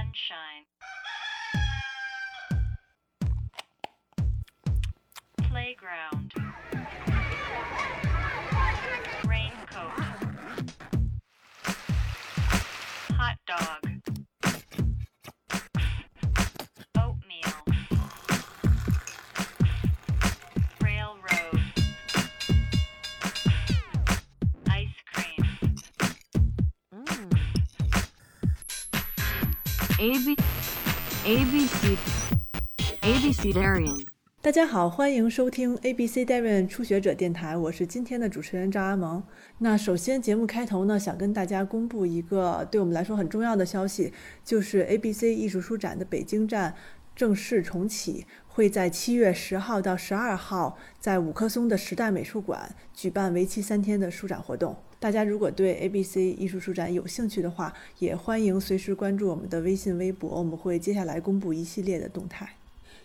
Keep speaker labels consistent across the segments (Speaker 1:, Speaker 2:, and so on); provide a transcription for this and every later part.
Speaker 1: sunshine. Playground. Raincoat. Hot dog. Oatmeal. Railroad. Ice cream.
Speaker 2: AB ABC ABC Darian
Speaker 3: 大家好，欢迎收听 ABC 代孕初学者电台，我是今天的主持人张阿萌。那首先节目开头呢，想跟大家公布一个对我们来说很重要的消息，就是 ABC 艺术书展的北京站正式重启，会在七月十号到十二号在五棵松的时代美术馆举办为期三天的书展活动。大家如果对 ABC 艺术书展有兴趣的话，也欢迎随时关注我们的微信、微博，我们会接下来公布一系列的动态。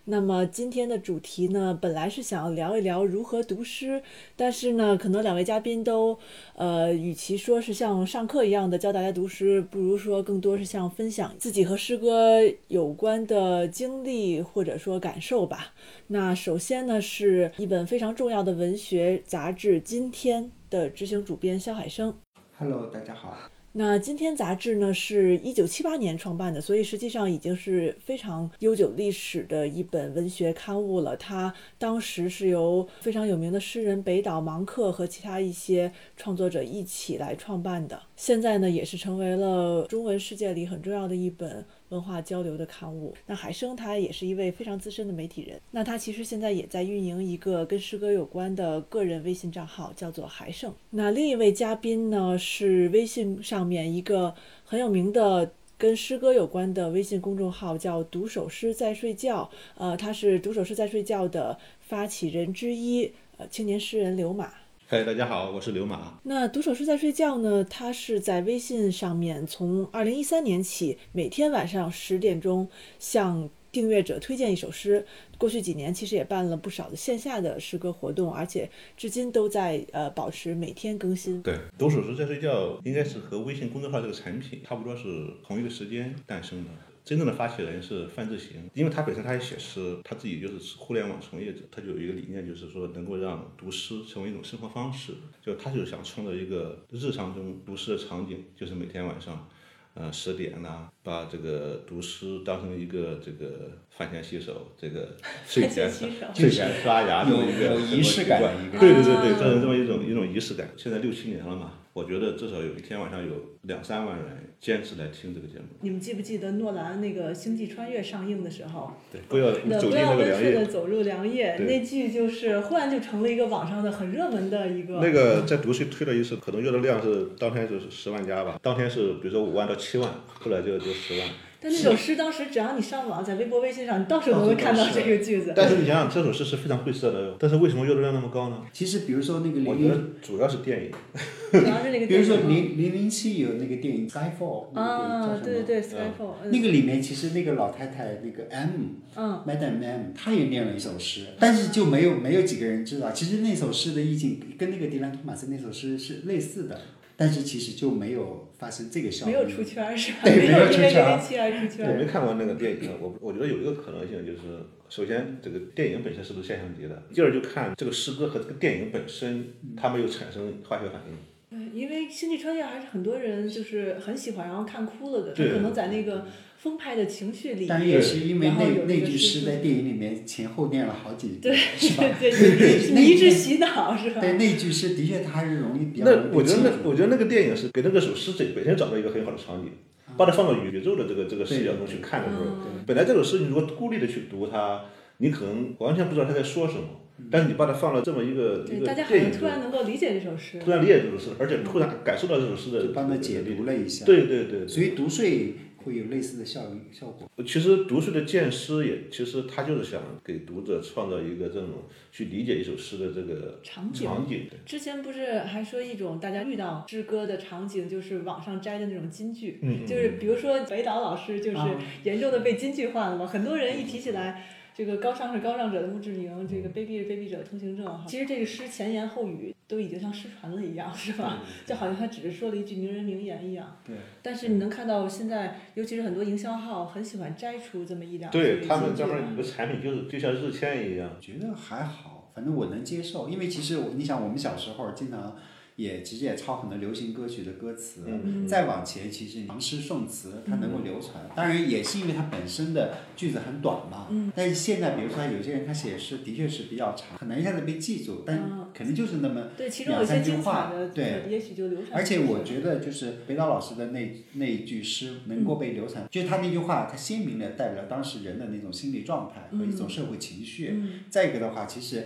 Speaker 3: 那么今天的主题呢，本来是想聊一聊如何读诗，但是呢，可能两位嘉宾都，呃，与其说是像上课一样的教大家读诗，不如说更多是像分享自己和诗歌有关的经历或者说感受吧。那首先呢，是一本非常重要的文学杂志《今天》的执行主编肖海生。
Speaker 4: Hello，大家好。
Speaker 3: 那今天杂志呢，是一九七八年创办的，所以实际上已经是非常悠久历史的一本文学刊物了。它当时是由非常有名的诗人北岛芒克和其他一些创作者一起来创办的。现在呢，也是成为了中文世界里很重要的一本文化交流的刊物。那海生他也是一位非常资深的媒体人，那他其实现在也在运营一个跟诗歌有关的个人微信账号，叫做海胜。那另一位嘉宾呢是微信上面一个很有名的。跟诗歌有关的微信公众号叫“读首诗在睡觉”，呃，他是“读首诗在睡觉”的发起人之一，呃，青年诗人刘马。
Speaker 5: 嗨大家好，我是刘马。
Speaker 3: 那读首诗在睡觉呢？它是在微信上面，从二零一三年起，每天晚上十点钟向订阅者推荐一首诗。过去几年其实也办了不少的线下的诗歌活动，而且至今都在呃保持每天更新。
Speaker 5: 对，读手时在睡觉应该是和微信公众号这个产品差不多是同一个时间诞生的。真正的发起人是范志行，因为他本身他也写诗，他自己就是互联网从业者，他就有一个理念，就是说能够让读诗成为一种生活方式。就他就是想创造一个日常中读诗的场景，就是每天晚上，呃十点呐、把这个读诗当成一个这个饭前洗手，这个睡前
Speaker 3: 饭前洗手
Speaker 5: 睡前刷牙这么一个啊
Speaker 4: 有有仪式感的一个
Speaker 5: 对对对对，造成这么一种一种仪式感。现在六七年了嘛，我觉得至少有一天晚上有两三万人坚持来听这个节目。
Speaker 3: 你们记不记得诺兰那个《星际穿越》上映的时候，
Speaker 5: 对，不要
Speaker 3: 那
Speaker 5: 嗯走
Speaker 3: 不
Speaker 5: 进
Speaker 3: 要
Speaker 5: 那个
Speaker 3: 温
Speaker 5: 良
Speaker 3: 顺的
Speaker 5: 夜。
Speaker 3: 走入良夜
Speaker 5: 对
Speaker 3: 那剧，就是忽然就成了一个网上的很热门的一个
Speaker 5: 那个在读书推了一次，可能阅读量是当天是十万加吧，当天是比如说五万到七万，后来就就十万。
Speaker 3: 但那首诗当时只要你上网，在微博、微信上，你到处都能看到这个句子。
Speaker 5: 但是你想想，这首诗是非常晦涩的，但是为什么阅读量那么高呢？
Speaker 4: 其实比如说那个
Speaker 5: 我
Speaker 4: 零
Speaker 5: 觉得
Speaker 4: 零，
Speaker 5: 主要是电影。
Speaker 3: 主要是那个
Speaker 4: 比如说
Speaker 3: 电影
Speaker 4: 零零零七有那个电影《Skyfall》，那
Speaker 3: 啊
Speaker 4: 个，
Speaker 3: 对对对
Speaker 4: 电影叫什么？呃
Speaker 3: ，Skyfall，嗯
Speaker 4: 那个里面其实那个老太太那个 M
Speaker 3: 嗯
Speaker 4: Madam M，她也念了一首诗，但是就没有没有几个人知道。其实那首诗的意境跟那个迪兰托马斯那首诗是类似的，但是其实就没有发生这个效
Speaker 3: 没
Speaker 4: 应。
Speaker 3: 有出圈儿是吧？
Speaker 4: 对没有
Speaker 3: 因
Speaker 4: 出
Speaker 3: 为
Speaker 4: 圈
Speaker 3: 零
Speaker 4: 儿
Speaker 3: 零七而出圈
Speaker 5: 我
Speaker 3: 儿。
Speaker 5: 没看过那个电影，我我觉得有一个可能性就是，首先这个电影本身是不是现象级的，第二就看这个诗歌和这个电影本身
Speaker 4: 嗯
Speaker 5: 它没有产生化学反应。
Speaker 3: 对，嗯因为《星际穿越》还是很多人就是很喜欢，然后看哭了的。
Speaker 5: 对
Speaker 3: 可能在那个澎湃的情绪里，
Speaker 4: 但也是因为
Speaker 3: 然后有这
Speaker 4: 那那
Speaker 3: 个
Speaker 4: 句
Speaker 3: 诗
Speaker 4: 诗在电影里面前后念了好几
Speaker 3: 对
Speaker 4: 遍，是吧？
Speaker 3: 对 对，
Speaker 4: 那
Speaker 3: 你一直洗脑是吧？
Speaker 4: 对，那句诗的确它还是容易比较容
Speaker 5: 那
Speaker 4: 易
Speaker 5: 我觉得
Speaker 4: 记住
Speaker 5: 那我觉得那个电影是给那个首诗这本身找到一个很好的场景，
Speaker 4: 嗯
Speaker 5: 把它放到宇宙的这个这个视角中去看的时候，本来这首诗你如果孤立的去读它，你可能完全不知道他在说什么，
Speaker 4: 嗯
Speaker 5: 但是你把它放到这么一个一
Speaker 3: 对，
Speaker 5: 个
Speaker 3: 大家好
Speaker 5: 电
Speaker 3: 像
Speaker 5: 影
Speaker 3: 突
Speaker 5: 中，
Speaker 3: 然能够理解这首诗
Speaker 5: 突。然理解这首诗，而且突然感受到这首诗的
Speaker 4: 就帮他解读了一下。
Speaker 5: 对对对，
Speaker 4: 所以读睡会有类似的效应效果。
Speaker 5: 其实读书的鉴诗也，其实他就是想给读者创造一个这种去理解一首诗的这个
Speaker 3: 场景
Speaker 5: 场景。
Speaker 3: 之前不是还说一种大家遇到诗歌的场景，就是网上摘的那种金句，
Speaker 5: 嗯嗯
Speaker 3: 就是比如说北岛老师就是
Speaker 4: 啊
Speaker 3: 严重的被金句患了嘛，很多人一提起来。这个高尚是高尚者的墓志铭，这个
Speaker 4: 嗯
Speaker 3: 卑鄙是卑鄙者的通行证。哈，其实这个诗前言后语都已经像失传了一样，是吧？就好像他只是说了一句名人名言一样。
Speaker 4: 对。
Speaker 3: 但是你能看到现在，尤其是很多营销号很喜欢摘出这么一两句
Speaker 5: 对他们
Speaker 3: 金句
Speaker 5: 专
Speaker 3: 啊
Speaker 5: 门有个产品，就是就像日签一样，
Speaker 4: 觉得还好，反正我能接受，因为其实我你想，我们小时候经常也其实也抄很多流行歌曲的歌词，再往前其实唐诗宋词它能够流传，当然也是因为它本身的句子很短嘛。但是现在比如说有些人他写诗的确是比较长，很难一下子被记住，但
Speaker 3: 嗯
Speaker 4: 可能就是那么
Speaker 3: 对，其中有
Speaker 4: 两
Speaker 3: 一些
Speaker 4: 三句
Speaker 3: 精
Speaker 4: 话
Speaker 3: 彩的，，
Speaker 4: 对。
Speaker 3: 也许就流传。
Speaker 4: 而且我觉得，就是北岛老师的那那一句诗能
Speaker 3: 嗯
Speaker 4: 够被流传，就是他那句话，他鲜明的代表了当时人的那种心理状态和一种社会情绪。
Speaker 3: 嗯，
Speaker 4: 再一个的话，其实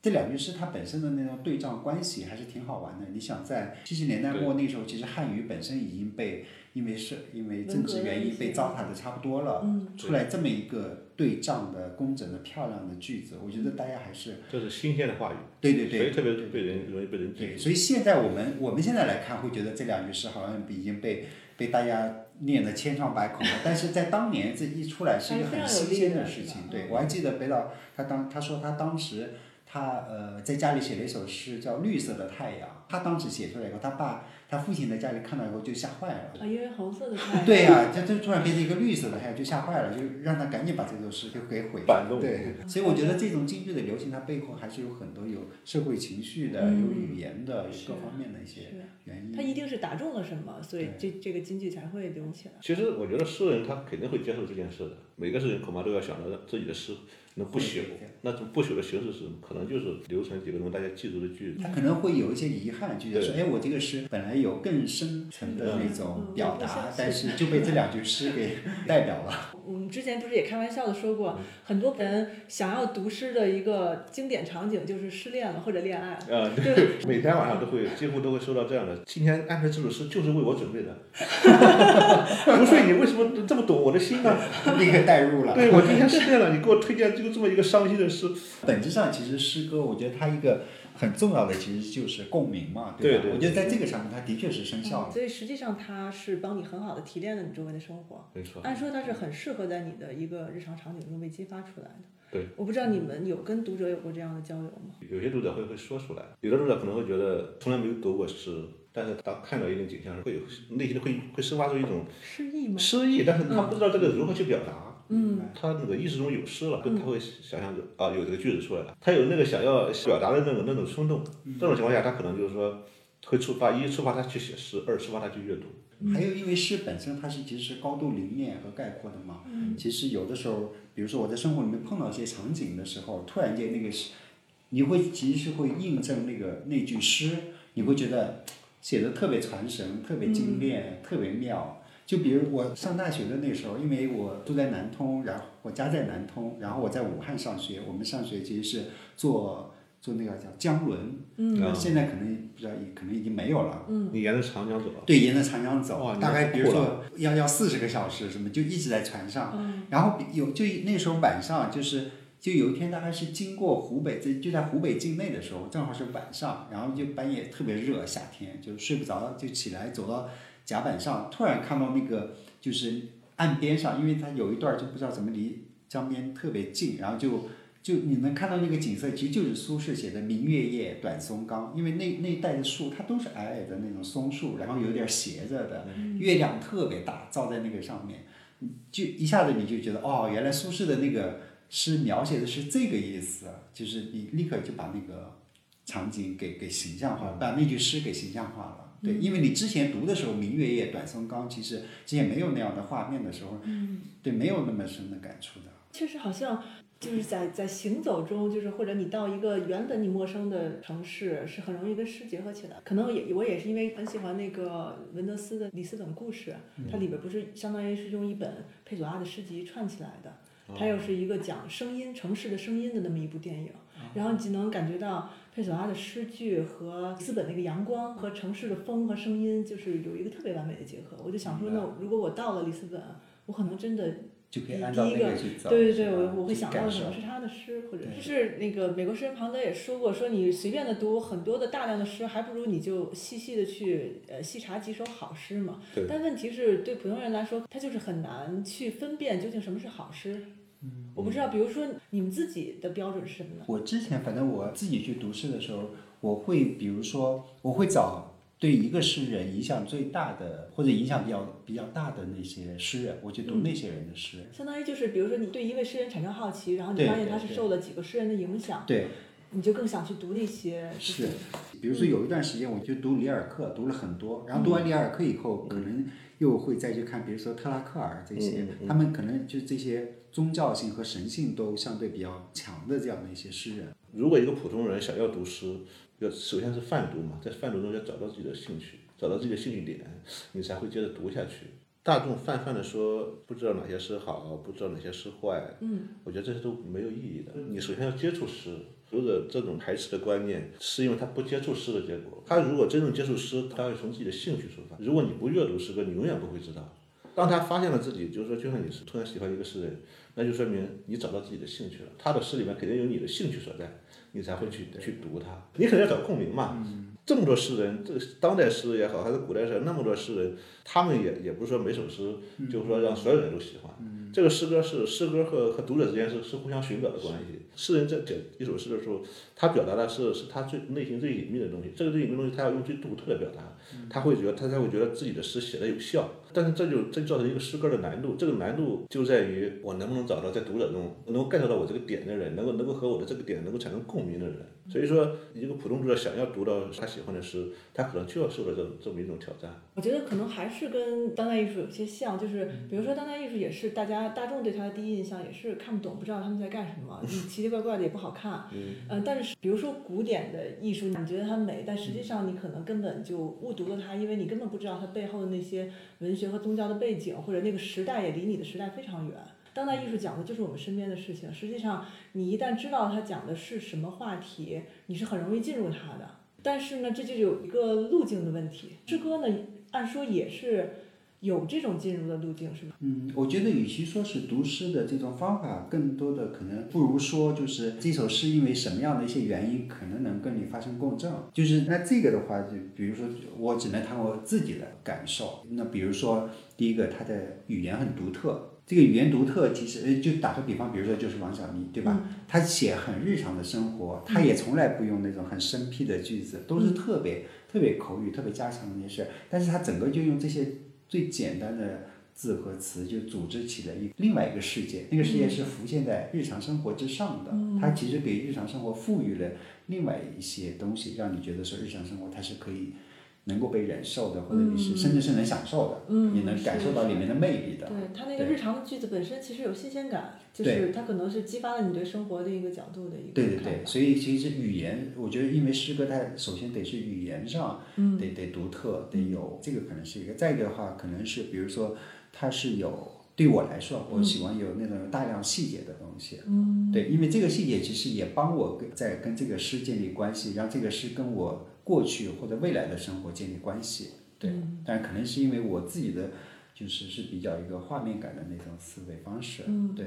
Speaker 4: 这两句诗它本身的那种对仗关系还是挺好玩的。你想，在七十年代末那时候，其实汉语本身已经被因为是因为政治原因被糟蹋的差不多了，
Speaker 3: 嗯
Speaker 4: 出来这么一个对仗的工整的漂亮的句子，我觉
Speaker 3: 嗯
Speaker 4: 得大家还是
Speaker 5: 这是新鲜的话语，
Speaker 4: 对对
Speaker 5: 所以
Speaker 4: 对。
Speaker 5: 特别被人容易被人记
Speaker 4: 对，
Speaker 5: 住。
Speaker 4: 所以现在我们我们现在来看，会觉得这两句诗好像已经被被大家念得千疮百孔了。但是在当年这一出来是一个很新鲜的事情。对，我还记得北岛他当他说他当时他呃在家里写了一首诗叫《绿色的太阳》，他当时写出来以后，他爸他父亲在家里看到以后就吓坏了。
Speaker 3: 啊，因为红色的 菜。
Speaker 4: 对呀、这这突然变成一个绿色的，还有哎就吓坏了，就让他赶紧把这首诗就给毁
Speaker 5: 搬
Speaker 4: 了。
Speaker 5: 动
Speaker 4: 对，所以我觉得这种京剧的流行，它背后还是有很多有社会情绪的、
Speaker 3: 嗯
Speaker 4: 有语言的、有各方面的一些
Speaker 3: 是
Speaker 4: 原因。
Speaker 3: 他一定是打中了什么，所以这这个金句才会流起来。
Speaker 5: 其实我觉得诗人他肯定会接受这件事的，每个诗人恐怕都要想到让自己的诗能不朽
Speaker 4: 对对对，
Speaker 5: 那种不朽的形式是什么？可能就是流传几个能大家记住的句子。
Speaker 4: 他可能会有一些遗憾，就觉得说，哎，我这个诗本来有更深层的那
Speaker 3: 嗯
Speaker 4: 种表达，但是就被这两句诗给 代表了。
Speaker 3: 我们之前不是也开玩笑的说过，很多人想要读诗的一个经典场景就是失恋了或者恋爱了。
Speaker 5: 啊、
Speaker 3: 对
Speaker 5: 对，每天晚上都会，几乎都会收到这样的。今天安排这首诗就是为我准备的。 不睡，你为什么这么懂我的心呢？
Speaker 4: 立刻代入了。
Speaker 5: 对我今天失恋了，你给我推荐就这么一个伤心的诗，
Speaker 4: 本质上，其实诗歌，我觉得它一个很重要的其实就是共鸣嘛，吧？
Speaker 5: 对对对
Speaker 4: 我觉得在这个上面，它的确是生效了。
Speaker 3: 所以实际上它是帮你很好的提炼了你周围的生活。
Speaker 5: 没错。
Speaker 3: 按说它是很适合在你的一个日常场景中被激发出来的。
Speaker 5: 对，
Speaker 3: 我不知道你们有跟读者有过这样的交流吗？
Speaker 5: 有些读者会会说出来，有的读者可能会觉得从来没有读过诗，但是当看到一定景象时，会有内心会会生发出一种
Speaker 3: 诗意吗？
Speaker 5: 诗意，但是他不知道这个如何去表达。哎
Speaker 3: 嗯，
Speaker 5: 他那个意识中有诗了，他会想象着啊有这个句子出来了，他有那个想要表达的那种那种冲动，这种情况下他可能就是说会触发一触发他去写诗，二触发他去阅读。
Speaker 4: 还有，因为诗本身它是其实是高度凝练和概括的嘛。其实有的时候，比如说我在生活里面碰到一些场景的时候，突然间那个诗，你会其实是会印证那个那句诗，你会觉得写的特别传神，特别精炼，特别妙。就比如我上大学的那时候，因为我住在南通，然后我家在南通，然后我在武汉上学，我们上学其实是坐坐那个叫江轮，嗯，现在可能不知道，可能已经没有了，
Speaker 5: 你沿着长江走，
Speaker 4: 对，沿着长江
Speaker 5: 哇
Speaker 4: 走，
Speaker 5: 你
Speaker 4: 大概
Speaker 5: 太
Speaker 4: 比如
Speaker 5: 酷啊
Speaker 4: 说要要四十个小时什么，就一直在船上。然后比有就那时候晚上就是。就有一天大概是经过湖北，在就在湖北境内的时候，正好是晚上，然后就半夜特别热，夏天就睡不着，就起来走到甲板上，突然看到那个就是岸边上，因为它有一段就不知道怎么离江边特别近，然后就就你能看到那个景色，其实就是苏轼写的“明月夜，短松冈”，因为那那一带的树它都是矮矮的那种松树，然后有点斜着的，月亮特别大，照在那个上面，你就一下子你就觉得哦，原来苏轼的那个诗描写的是这个意思，就是你立刻就把那个场景给给形象化，把那句诗给形象化了。对，因为你之前读的时候，“明月夜，短松冈”，其实之前没有那样的画面的时候，对，没有那么深的感触的。
Speaker 3: 确实好像就是在在行走中，就是或者你到一个原本你陌生的城市，是很容易跟诗结合起来。可能也我也是因为很喜欢那个文德斯的《里斯本故事》，它里边不是相当于是用一本佩佐拉的诗集串起来的。它又是一个讲声音、城市的声音的那么一部电影，然后你就能感觉到佩佐拉的诗句和里斯本那个阳光和城市的风和声音，就是有一个特别完美的结合。我就想说，那我如果我到了里斯本，我可能真的
Speaker 4: 就可以
Speaker 3: 第
Speaker 4: 按照
Speaker 3: 第一
Speaker 4: 那个
Speaker 3: 个
Speaker 4: 去走。
Speaker 3: 对对
Speaker 4: 是
Speaker 3: 对，
Speaker 4: 吧
Speaker 3: 我我会
Speaker 4: 去
Speaker 3: 想
Speaker 4: 感
Speaker 3: 到的可能
Speaker 4: 受
Speaker 3: 是他的诗，或者
Speaker 4: 对
Speaker 3: 就是那个美国诗人庞德也说过，说你随便的读很多的大量的诗，还不如你就细细的去呃细查几首好诗嘛
Speaker 5: 对。
Speaker 3: 但问题是对普通人来说，他就是很难去分辨究竟什么是好诗。
Speaker 4: 嗯
Speaker 3: 我不知道，比如说你们自己的标准是什么呢？
Speaker 4: 我之前反正我自己去读诗的时候，我会比如说，我会找对一个诗人影响最大的或者影响比较比较大的那些诗人，我去读那些人的诗。
Speaker 3: 相当于就是，比如说你对一位诗人产生好奇，然后你
Speaker 4: 对
Speaker 3: 发现他
Speaker 4: 对
Speaker 3: 是
Speaker 4: 对
Speaker 3: 受了几个诗人的影响，
Speaker 4: 对，，
Speaker 3: 你就更想去读那些。就是
Speaker 4: 比如说有一段时间我就读里尔克，读了很多，然后读完里尔克以后，可能又会再去看，比如说特拉克尔这些，他们可能就这些宗教性和神性都相对比较强的这样的一些诗人。
Speaker 5: 如果一个普通人想要读诗，要首先是泛读嘛，在泛读中要找到自己的兴趣，找到自己的兴趣点，你才会接着读下去。大众泛泛的说，不知道哪些诗好，不知道哪些诗坏，嗯，我觉得这些都没有意义的。你首先要接触诗，读者这种排斥的观念，是因为他不接触诗的结果。他如果真正接触诗，他会从自己的兴趣出发。如果你不阅读诗歌，你永远不会知道。当他发现了自己，就是说，就像你是突然喜欢一个诗人，那就说明你找到自己的兴趣了。他的诗里面肯定有你的兴趣所在，你才会去去读它。你肯定要找共鸣嘛。这么多诗人，这当代诗也好，还是古代诗人，那么多诗人，他们也也不是说每首诗就是说让所有人都喜欢。这个诗歌是诗歌和和读者之间是是互相寻找的关系。诗人在写一首诗的时候，他表达的是是他最内心最隐秘的东西，这个最隐秘的东西他要用最独特的表达，他会觉得他才会觉得自己的诗写的有效。但是这就这就造成一个诗歌的难度，这个难度就在于我能不能找到在读者中能够 get 到我这个点的人，能够能够和我的这个点能够产生共鸣的人。所以说，一个普通读者想要读到他喜欢的诗，他可能就要受到这种这么一种挑战。
Speaker 3: 我觉得可能还是跟当代艺术有些像，就是比如说当代艺术也是大家大众对它的第一印象也是看不懂，不知道他们在干什么，你奇奇怪怪的也不好看。嗯、但是比如说古典的艺术，你觉得它美，但实际上你可能根本就误读了它，因为你根本不知道它背后的那些文学和宗教的背景，或者那个时代也离你的时代非常远。当代艺术讲的就是我们身边的事情，实际上你一旦知道它讲的是什么话题，你是很容易进入它的。但是呢，这就有一个路径的问题。诗歌呢，按说也是有这种进入的路径，是吧？
Speaker 4: 嗯，我觉得与其说是读诗的这种方法，更多的可能不如说就是这首诗因为什么样的一些原因，可能能跟你发生共振。就是那这个的话，就比如说我只能谈我自己的感受。那比如说第一个，他的语言很独特。这个语言独特，其实呃就打个比方，比如说就是王小妮，对吧？她写很日常的生活，她也从来不用那种很生僻的句子，都是特别特别口语、特别家常的那些事。但是她整个就用这些最简单的字和词就组织起了一另外一个世界，那个世界是浮现在日常生活之上的，它其实给日常生活赋予了另外一些东西，让你觉得说日常生活它是可以能够被忍受的，或者你是甚至是能享受的，
Speaker 3: 嗯
Speaker 4: 你能感受到里面的魅力的。
Speaker 3: 对他那个
Speaker 4: 对
Speaker 3: 日常的句子本身其实有新鲜感，就
Speaker 4: 对
Speaker 3: 是它可能是激发了你对生活的一个角度的一个
Speaker 4: 对对
Speaker 3: 看
Speaker 4: 对，
Speaker 3: 法
Speaker 4: 所以其实语言，我觉得因为诗歌它首先得是语言上，得得独特，得有这个可能是一个。再一个的话，可能是比如说它是有对我来说，我喜欢有那种大量细节的东西。嗯，对，因为这个细节其实也帮我跟在跟这个诗建立关系，让这个诗跟我过去或者未来的生活建立关系。对，但可能是因为我自己的就是是比较一个画面感的那种思维方式。嗯，对。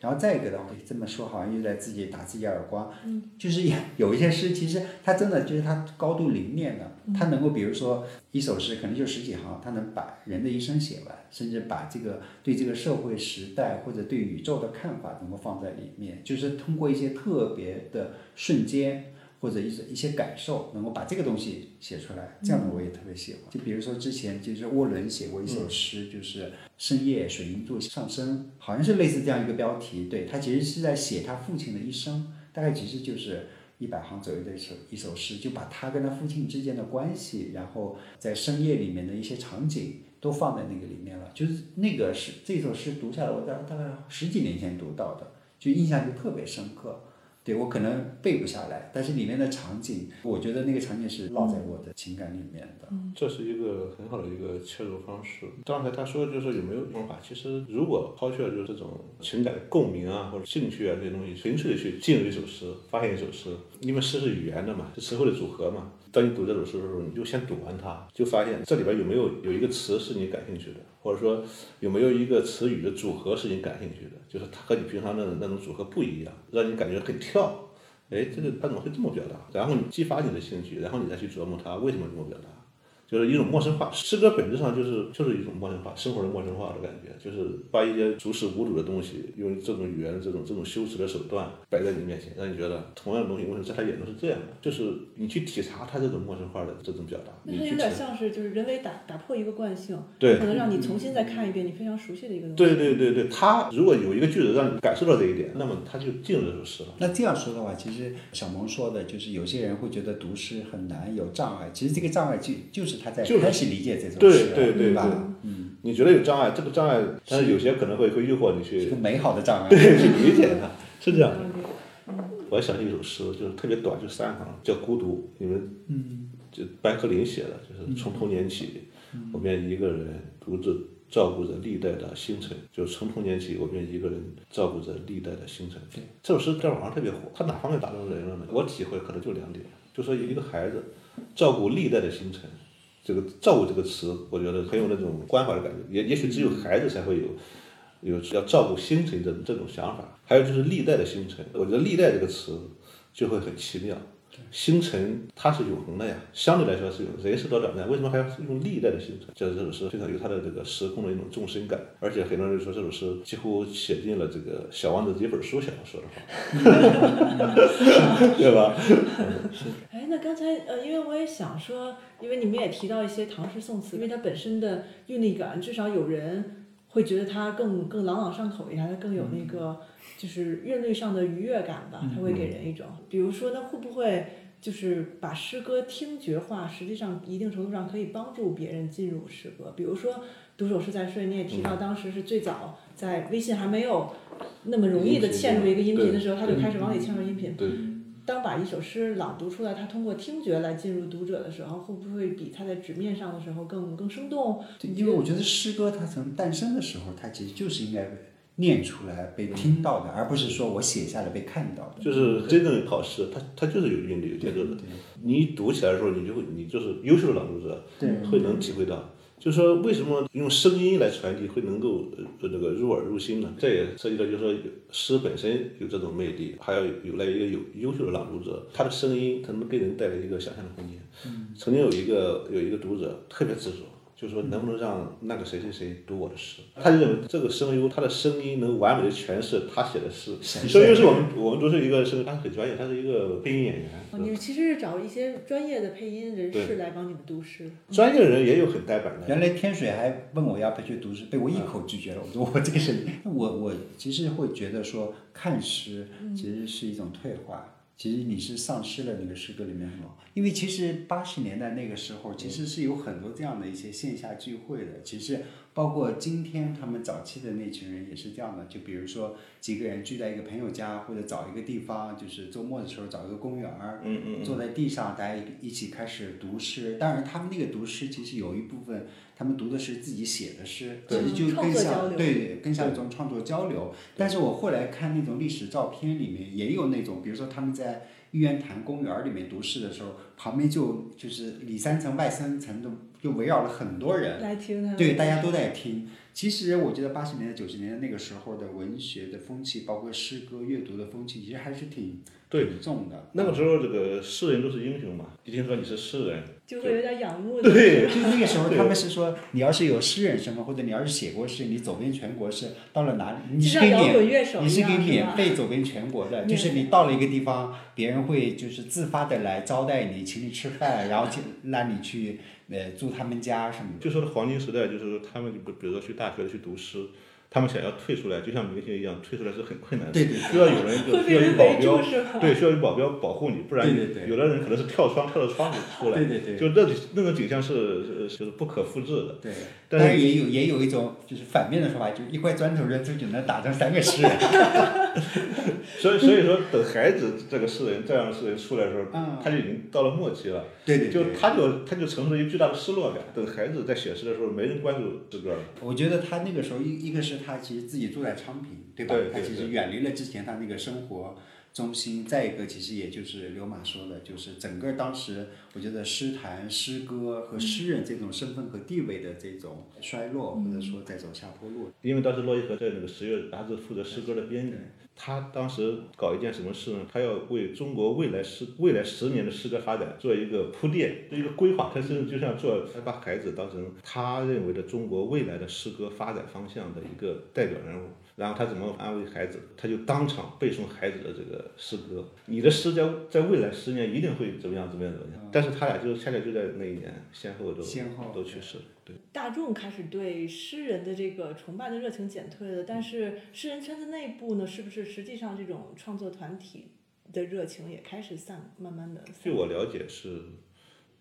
Speaker 4: 然后再一个的话，这么说好像又在自己打自己耳光，就是也有一些诗，其实它真的就是它高度凝练的，它能够比如说一首诗可能就十几行，它能把人的一生写完，甚至把这个对这个社会时代或者对宇宙的看法能够放在里面，就是通过一些特别的瞬间。或者一些一些感受，能够把这个东西写出来，这样的我也特别喜欢。就比如说之前，就是沃伦写过一首诗，就是深夜水银座上升，好像是类似这样一个标题。对他其实是在写他父亲的一生，大概其实就是一百行左右的一首一首诗，就把他跟他父亲之间的关系，然后在深夜里面的一些场景都放在那个里面了。就是那个是这首诗读下来，我大大概十几年前读到的，就印象就特别深刻。对我可能背不下来，但是里面的场景，我觉得那个场景是烙在我的情感里面的。
Speaker 5: 这是一个很好的一个切入方式。刚才他说就是有没有方法？其实如果抛去了就是这种情感共鸣啊或者兴趣啊这些东西，纯粹的去进入一首诗，发现一首诗，因为诗是语言的嘛，是词汇的组合嘛。当你读这首诗的时候，你就先读完它，就发现这里边有没有有一个词是你感兴趣的，或者说有没有一个词语的组合是你感兴趣的，就是它和你平常的那种组合不一样，让你感觉很跳。哎，这个他怎么会这么表达？然后你激发你的兴趣，然后你再去琢磨它为什么这么表达。就是一种陌生化。诗歌本质上就是就是一种陌生化，生活的陌生化的感觉，就是把一些熟视无睹的东西，用这种语言、这种这种修辞的手段摆在你面前，让你觉得同样的东西为什么在他眼中是这样的？就是你去体察他这种陌生化的这种表达，
Speaker 3: 那
Speaker 5: 你
Speaker 3: 它
Speaker 5: 去
Speaker 3: 有
Speaker 5: 体
Speaker 3: 点像是就是人为打打破一个惯性，
Speaker 5: 对
Speaker 3: 可能让你重新再看一遍你非常熟悉的一个东西。
Speaker 5: 对对对对，他如果有一个句子让你感受到这一点，那么他就进入这首诗了。
Speaker 4: 那这样说的话，其实小萌说的就是有些人会觉得读诗很难，有障碍。其实这个障碍就就是他在
Speaker 5: 就是
Speaker 4: 开始理解这首
Speaker 5: 对
Speaker 4: 诗了，啊
Speaker 5: 对对
Speaker 4: 吧
Speaker 5: 对？
Speaker 4: 嗯，
Speaker 5: 你觉得有障碍，这个障碍，但是有些可能会会诱惑你
Speaker 4: 一
Speaker 5: 去
Speaker 4: 个美好的障碍。
Speaker 5: 对去理解它，是这样的。
Speaker 3: 嗯
Speaker 5: 我还想起一首诗，就是特别短，就三行，叫《孤独》，你们
Speaker 4: 嗯
Speaker 5: 就白鹤林写的，就是从童年起，我便一个人独自照顾着历代的星辰，就是从童年起，我便一个人照顾着历代的星辰。
Speaker 4: 对，
Speaker 5: 这首诗在网上特别火，它哪方面打动人了呢？我体会可能就两点，就说一个孩子照顾历代的星辰。这个“照顾”这个词，我觉得很有那种关怀的感觉，也也许只有孩子才会有有要照顾星辰的这种想法。还有就是历代的星辰，我觉得“历代”这个词就会很奇妙。星辰它是永恒的呀，相对来说是永恒，人是多短暂，为什么还要用历代的星辰？就是这首诗非常有它的这个时空的一种纵深感，而且很多人说这首诗几乎写进了这个《小王子》这本书想要说的话，对吧？
Speaker 3: 哎，那刚才呃，因为我也想说，因为你们也提到一些唐诗宋词，因为它本身的韵律感，至少有人会觉得它更更朗朗上口一点，它更有那个就是韵律上的愉悦感吧，它会给人一种，比如说，那会不会就是把诗歌听觉化，实际上一定程度上可以帮助别人进入诗歌，比如说。读首诗在睡，你也提到，当时是最早在微信还没有那么容易的嗯嵌入一个音频的时候，他就开始往里嵌入音频。
Speaker 5: 对。
Speaker 3: 当把一首诗朗读出来，它通过听觉来进入读者的时候，会不会比它在纸面上的时候更更生动？
Speaker 4: 对，因为我觉得诗歌它从诞生的时候，它其实就是应该念出来、被听到的，而不是说我写下来被看到的。
Speaker 5: 就是真正的好诗，它它就是有韵律、有节奏的。你一读起来的时候，你就会，你就是优秀的朗读者，会能体会到。就是说，为什么用声音来传递会能够呃那个入耳入心呢？这也涉及到，就是说诗本身有这种魅力，还要有来一个有优秀的朗读者，他的声音才能给人带来一个想象的空间。曾经有一个有一个读者特别执着，就说能不能让那个谁谁谁读我的诗？他就认为这个声优他的声音能完美的诠释他写的诗。
Speaker 4: 神
Speaker 5: 声优
Speaker 4: 仙
Speaker 5: 是我们我们都是一个是他很专业，他是一个配音演员。
Speaker 3: 哦你其实是找一些专业的配音人士
Speaker 5: 对
Speaker 3: 来帮你们读诗。
Speaker 5: 专业的人也有很呆板的，嗯
Speaker 4: 原来天水还问我要不要去读诗，被我一口拒绝了。我说我这个是，我我其实会觉得说看诗其实是一种退化，其实你是丧失了那个诗歌里面很多。因为其实八十年代那个时候，其实是有很多这样的一些线下聚会的。其实包括今天他们早期的那群人也是这样的，就比如说几个人聚在一个朋友家，或者找一个地方，就是周末的时候找一个公园儿，
Speaker 5: 嗯嗯
Speaker 4: 坐在地上，大家一一起开始读诗。当然，他们那个读诗其实有一部分，他们读的是自己写的诗，其
Speaker 3: 对
Speaker 4: 实就
Speaker 3: 创
Speaker 4: 更
Speaker 3: 作交
Speaker 4: 像
Speaker 3: 流
Speaker 4: 对对，更像一种创作交流。但是我后来看那种历史照片里面，也有那种，比如说他们在玉渊潭公园里面读诗的时候，旁边就就是里三层外三层的，就围绕了很多人。
Speaker 3: 来听他。
Speaker 4: 对，大家都在听。其实我觉得八十年代、九十年代那个时候的文学的风气，包括诗歌阅读的风气，其实还是挺
Speaker 5: 对
Speaker 4: 挺重的。
Speaker 5: 那个时候，这个诗人都是英雄嘛，一听说你是诗人，
Speaker 3: 就会有点仰慕的。
Speaker 5: 对，
Speaker 4: 就是那个时候，他们是说，你要是有诗人身份，或者你要是写过诗，你走遍全国是到了哪里，你
Speaker 3: 就是像
Speaker 4: 给
Speaker 3: 摇滚乐
Speaker 4: 免，
Speaker 3: 手
Speaker 4: 你
Speaker 3: 一
Speaker 4: 是
Speaker 3: 样
Speaker 4: 给
Speaker 3: 是
Speaker 4: 免
Speaker 3: 吧
Speaker 4: 费走遍全国的，就是你到了一个地方，别人会就是自发的来招待你，请你吃饭，然后请让你去呃住他们家什么的。
Speaker 5: 就说黄金时代，就是说他们就比比如说去大学去读诗，他们想要退出来，就像明星一样退出来是很困难的，
Speaker 4: 对对对
Speaker 5: 需要有人就
Speaker 3: 会
Speaker 5: 需
Speaker 3: 被
Speaker 5: 要
Speaker 3: 人
Speaker 5: 有保
Speaker 3: 围住
Speaker 5: 镖，
Speaker 3: 是吧？
Speaker 5: 对，需要有保镖保护你，不然
Speaker 4: 对对对
Speaker 5: 有的人可能是跳窗跳到窗户 出来，
Speaker 4: 对对对
Speaker 5: 就那种那种景象是是是就是不可复制的。
Speaker 4: 对，
Speaker 5: 但
Speaker 4: 当
Speaker 5: 是
Speaker 4: 然也有也有一种就是反面的说法，就是一块砖头扔出去能打成三 个诗人。
Speaker 5: 所以所以说，等孩子这个诗人这样的诗人出来的时候，
Speaker 4: 嗯
Speaker 5: 他就已经到了末期了，
Speaker 4: 对对对
Speaker 5: 就他就他就承受了一个巨大的失落感。等孩子在写诗的时候，没人关注诗歌了。
Speaker 4: 我觉得他那个时候一一个是他其实自己住在昌平，对吧？
Speaker 5: 对对
Speaker 4: 他其实
Speaker 5: 对
Speaker 4: 远离了之前他那个生活，中心。再一个，其实也就是刘马说的，就是整个当时我觉得诗坛、诗歌和诗人这种身份和地位的这种衰落，或者说在走下坡路。
Speaker 5: 因为当时洛伊河在那个十月，他是负责诗歌的编辑，他当时搞一件什么事呢？他要为中国未来诗未来十年的诗歌发展做一个铺垫，做一个规划。他甚至就像做，他把孩子当成他认为的中国未来的诗歌发展方向的一个代表人物。然后他怎么安慰孩子？他就当场背诵孩子的这个诗歌。你的诗在在未来十年一定会怎么样怎么样怎么样。但是他俩就恰恰就在那一年先后都
Speaker 4: 先后
Speaker 5: 都去世了。对，
Speaker 3: 大众开始对诗人的这个崇拜的热情减退了，但是诗人圈子内部呢，是不是实际上这种创作团体的热情也开始散，慢慢的散
Speaker 5: 据？我了解是，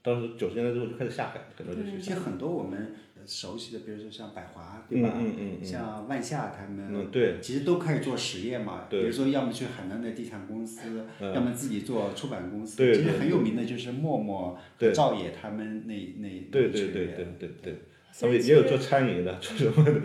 Speaker 5: 当时九十年代之后就开始下海，很多就去
Speaker 4: 其
Speaker 5: 下
Speaker 4: 实
Speaker 5: 海。
Speaker 4: 很多我们熟悉的，比如说像百华，对吧？
Speaker 5: 嗯嗯嗯
Speaker 4: 像万夏他们，
Speaker 5: 嗯对
Speaker 4: 其实都开始做实业嘛。
Speaker 5: 对嗯
Speaker 4: 比如说，要么去海南的地产公司，要么自己做出版公司。
Speaker 5: 对
Speaker 4: 其实
Speaker 5: 对
Speaker 4: 很有名的就是默默、
Speaker 5: 对
Speaker 4: 赵野他们那那
Speaker 5: 对
Speaker 4: 那群
Speaker 5: 对对
Speaker 4: 人
Speaker 5: 对对对，他
Speaker 3: 所
Speaker 5: 们
Speaker 3: 以
Speaker 5: 也有
Speaker 3: 其实
Speaker 5: 做餐饮的，做什么的，